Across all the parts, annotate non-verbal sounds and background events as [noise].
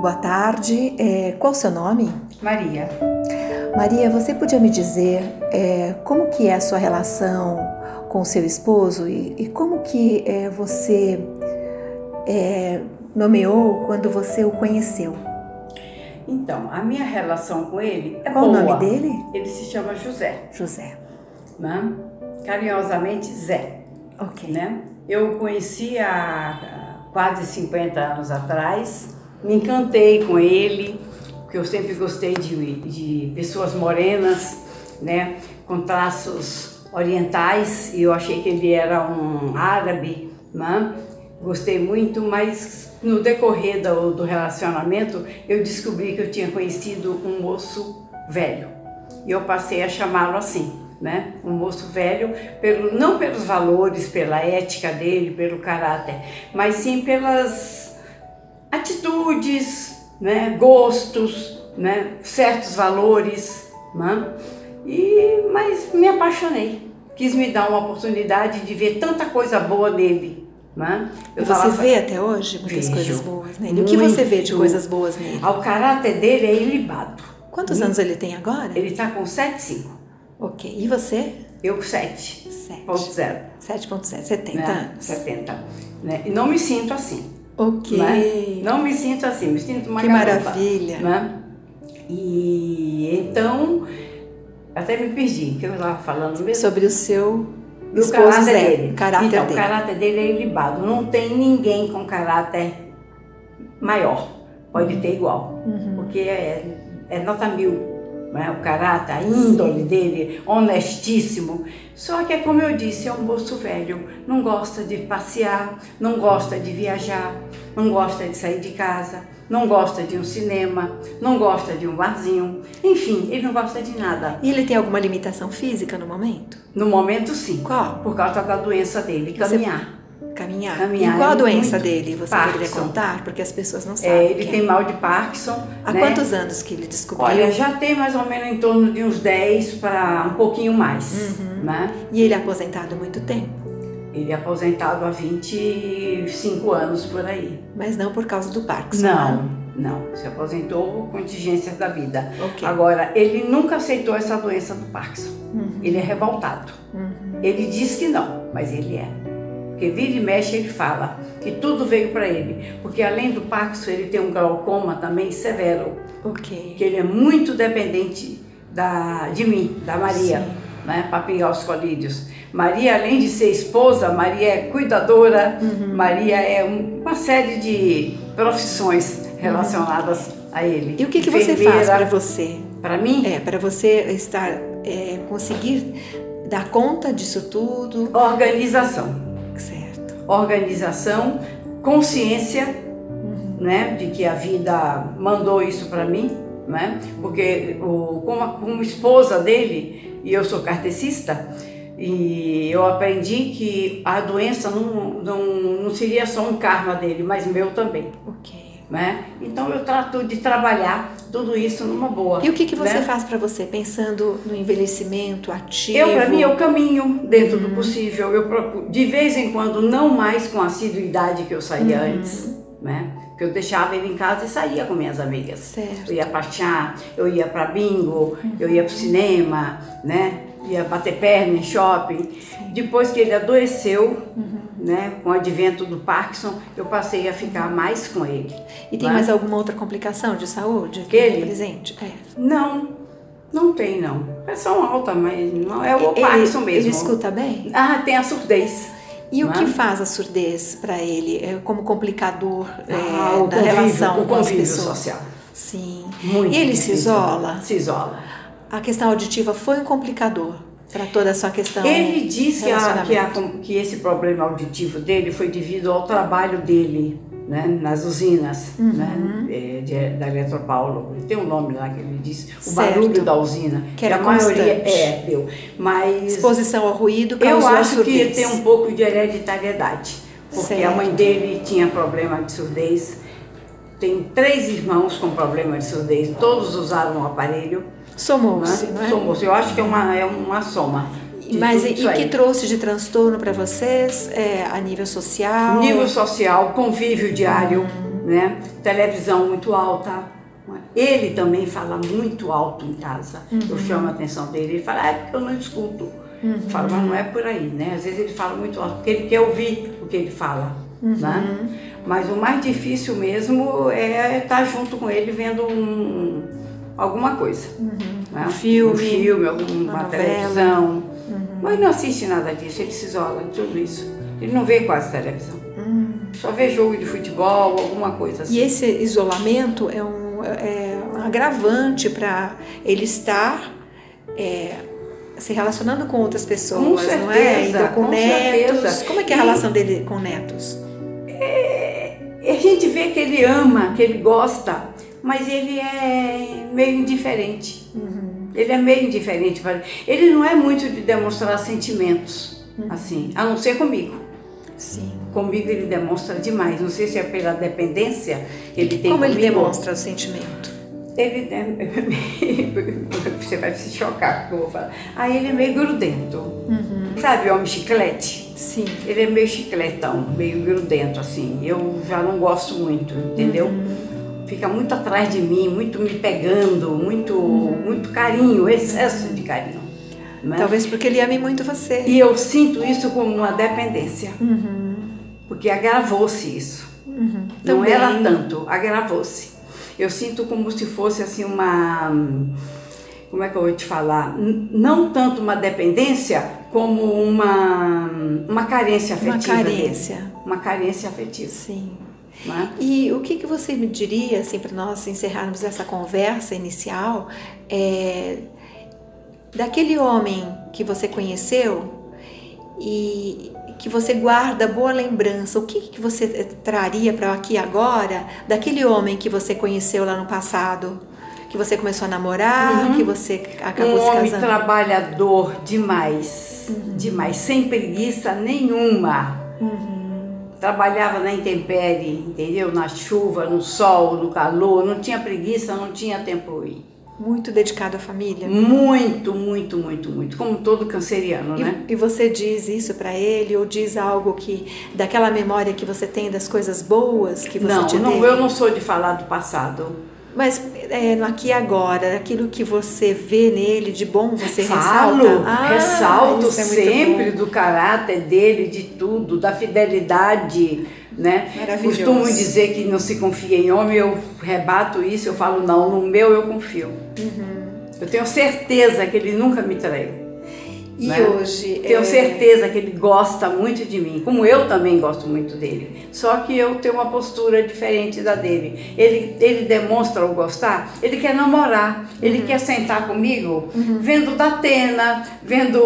boa tarde. É, qual o seu nome? Maria. Maria, você podia me dizer é, como que é a sua relação com o seu esposo e, e como que é, você é, nomeou quando você o conheceu? Então, a minha relação com ele é qual boa. o nome dele? Ele se chama José, José. né? carinhosamente Zé. Ok. Né? Eu o conheci há quase 50 anos atrás, me encantei com ele, porque eu sempre gostei de, de pessoas morenas, né? com traços orientais, e eu achei que ele era um árabe. Né? Gostei muito, mas no decorrer do, do relacionamento eu descobri que eu tinha conhecido um moço velho e eu passei a chamá-lo assim, né? Um moço velho, pelo, não pelos valores, pela ética dele, pelo caráter, mas sim pelas atitudes, né? Gostos, né? Certos valores, né? E, mas me apaixonei. Quis me dar uma oportunidade de ver tanta coisa boa nele. Né? E Eu você falava- vê até hoje muitas Vejo. coisas boas nele. O que você vê de Muito. coisas boas nele? Ah, O caráter dele é ilibado. Quantos anos ele tem agora? Ele está com 7,5. Ok. E você? Eu com 7,0. Sete. 7.7, 70 né? anos. 70. Né? E não me sinto assim. Ok. né? Não me sinto assim, me sinto uma que garota, maravilha. Né? E então, até me perdi, que eu estava falando mesmo. Sobre o seu E o esposo caráter Zé. dele. Caráter então, dele. o caráter dele é ilibado. Não tem ninguém com caráter maior. Pode ter igual. Uhum. Porque é, é nota mil. Né? O caráter, a índole dele, honestíssimo. Só que é como eu disse, é um moço velho. Não gosta de passear, não gosta de viajar, não gosta de sair de casa, não gosta de um cinema, não gosta de um barzinho. Enfim, ele não gosta de nada. E ele tem alguma limitação física no momento? No momento, sim. Qual? Por causa da doença dele, Você- caminhar. Caminhar. Caminhar e qual a é doença muito. dele? Você poderia Parkinson. contar? Porque as pessoas não sabem. É, ele quem é. tem mal de Parkinson. Há né? quantos anos que ele descobriu? Olha, já tem mais ou menos em torno de uns 10 para um pouquinho mais. Uhum. Né? E ele é aposentado há muito tempo. Ele é aposentado há 25 anos por aí. Mas não por causa do Parkinson. Não, não. Se aposentou por contingências da vida. né? Ok. Agora, ele nunca aceitou essa doença do Parkinson. Uhum, Ele é revoltado. uhum. Ele diz que não, mas ele é. Porque vira e mexe ele fala que tudo veio para ele. Porque além do Parkinson, ele tem um glaucoma também severo. que Ok. ele é muito dependente da, de mim, da Maria, Sim. né, para pingar os colírios. Maria, além de ser esposa, Maria é cuidadora, Uhum. Maria é um- uma série de profissões relacionadas a ele. E o que, que você faz para você? Para mim, É, para você estar, é, conseguir dar conta disso tudo. organização. Certo. Organização, consciência Uhum. né, de que a vida mandou isso para mim, né, porque o, como, como esposa dele, e eu sou cartecista, e eu aprendi que a doença não, não, não seria só um karma dele, mas meu também, Ok. né, então eu trato de trabalhar tudo isso numa boa. E o que, que você Né? faz para você, pensando no envelhecimento ativo? Eu, para mim, eu caminho dentro Uhum. do possível. Eu procuro, de vez em quando, não mais com a assiduidade que eu saía Uhum. antes, né? Porque eu deixava ele em casa e saía com minhas amigas. Certo. Eu ia pra chá, eu ia pra bingo, eu ia pro cinema, né? Ia bater perna em shopping. Depois que ele adoeceu, Uhum. né, com o advento do Parkinson, eu passei a ficar mais com ele. E tem Né? mais alguma outra complicação de saúde que Ele? é presente? É. Não, não tem não. Pressão alta, mas não é o Ele- Parkinson Ele mesmo. escuta bem? Ah, tem a surdez. E o Não que é? faz a surdez para ele é, como complicador é, Ah, o da convívio, relação o com as convívio pessoas? social. Sim. Muito E ele se difícil. isola? Se isola. A questão auditiva foi um complicador para toda a sua questão? Ele diz que, a- que, a- Então, relacionamento. que esse problema auditivo dele foi devido ao trabalho dele né, nas usinas Uhum. né, eh, de- da Eletropaulo. Tem um nome lá que ele diz, o Certo. barulho da usina. Que era a maioria constante. é, deu. Mas Exposição ao ruído eu causou a acho que surdez. tem um pouco de hereditariedade. Porque a Certo. mãe dele tinha problema de surdez. Tem três irmãos com problema de surdez, todos usaram o aparelho. Somou-se, Né? não é? Somou-se. Eu acho que é uma, é uma soma. de Mas tudo e, isso e aí. que trouxe de transtorno para vocês é, a nível social? Nível social, convívio diário, né? Televisão muito alta. Ele também fala muito alto em casa. Uhum. Eu chamo a atenção dele, ele fala, ah, é porque eu não escuto. Uhum. Eu falo, mas não é por aí, né? Às vezes ele fala muito alto, porque ele quer ouvir o que ele fala. Uhum. Né? Mas o mais difícil mesmo é estar junto com ele vendo um, alguma coisa. Uhum. Né? Um filme, um filme alguma televisão. Mas não assiste nada disso, ele se isola de tudo isso. Ele não vê quase televisão. Só vê jogo de futebol, alguma coisa assim. E esse isolamento é um é, um agravante para ele estar é, se relacionando com outras pessoas, com certeza, não é? Então, com, com netos. Certeza. Como é que é a relação e, dele com netos? É, a gente vê que ele ama, que ele gosta, mas ele é meio indiferente. Uhum. Ele é meio indiferente. Ele não é muito de demonstrar sentimentos, uhum. assim, a não ser comigo. Sim. Comigo ele demonstra demais. Não sei se é pela dependência que ele tem Como comigo. ele demonstra o sentimento? Ele [laughs] você vai se chocar porque eu vou falar. Aí ele é meio grudento. Uhum. Sabe, homem chiclete? Sim. Ele é meio chicletão, meio grudento assim. Eu já não gosto muito, entendeu? Uhum. Fica muito atrás de mim, muito me pegando, muito, uhum. muito carinho, excesso de carinho. né? Mas... Talvez porque ele ame muito você. E eu sinto isso como uma dependência. Uhum. Porque agravou-se isso. Uhum. Não é Também. era tanto, agravou-se. Eu sinto como se fosse assim uma. Como é que eu vou te falar? Não tanto uma dependência, como uma, uma carência afetiva. Uma carência. Dele. Uma carência afetiva. né? Sim. É? E o que, que você me diria, assim, para nós encerrarmos essa conversa inicial, é, daquele homem que você conheceu e que você guarda boa lembrança, o que, que você traria para aqui agora daquele homem que você conheceu lá no passado? Que você começou a namorar, uhum. que você acabou um se casando. Um homem trabalhador demais, uhum. demais, sem preguiça nenhuma. Uhum. Trabalhava na intempérie, entendeu? Na chuva, no sol, no calor, não tinha preguiça, não tinha tempo ruim. Muito dedicado à família? É Muito, muito, muito, muito. Como todo canceriano, e, né? E você diz isso para ele ou diz algo que daquela memória que você tem das coisas boas que você não, te Não, deve? eu não sou de falar do passado. Mas é, aqui agora, aquilo que você vê nele de bom, você Falo, ressalta? Ah, ressalto é sempre do caráter dele, de tudo, da fidelidade, né? Maravilhoso. Costumo dizer que não se confia em homem, eu rebato isso, eu falo, não, no meu eu confio. Uhum. Eu tenho certeza que ele nunca me traiu. E né? hoje. Tenho é... certeza que ele gosta muito de mim, como eu também gosto muito dele. Só que eu tenho uma postura diferente da dele. Ele, ele demonstra o gostar, ele quer namorar, ele uhum. quer sentar comigo, uhum. vendo Datena, vendo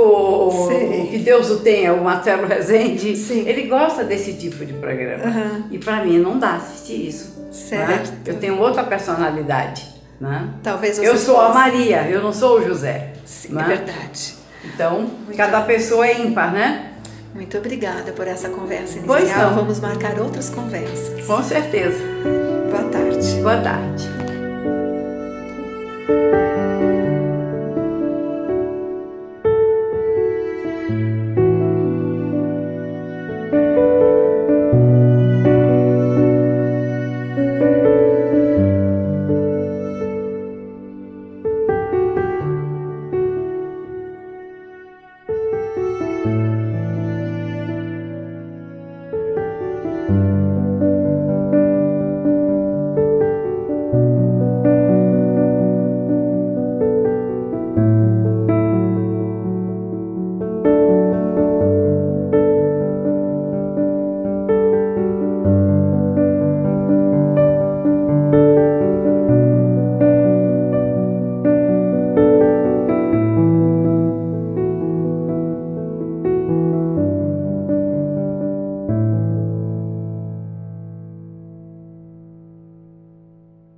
Sei. que Deus o tenha, o Marcelo Rezende. Sim. Ele gosta desse tipo de programa. Uhum. E para mim não dá assistir isso. Certo. Né? Eu tenho outra personalidade. Né? Talvez eu sou fosse... a Maria, eu não sou o José. Sim, né? é verdade. Então, Muito cada bom. pessoa é ímpar, né? Muito obrigada por essa conversa inicial. Pois não. Vamos marcar outras conversas. Com certeza. Boa tarde. Boa tarde.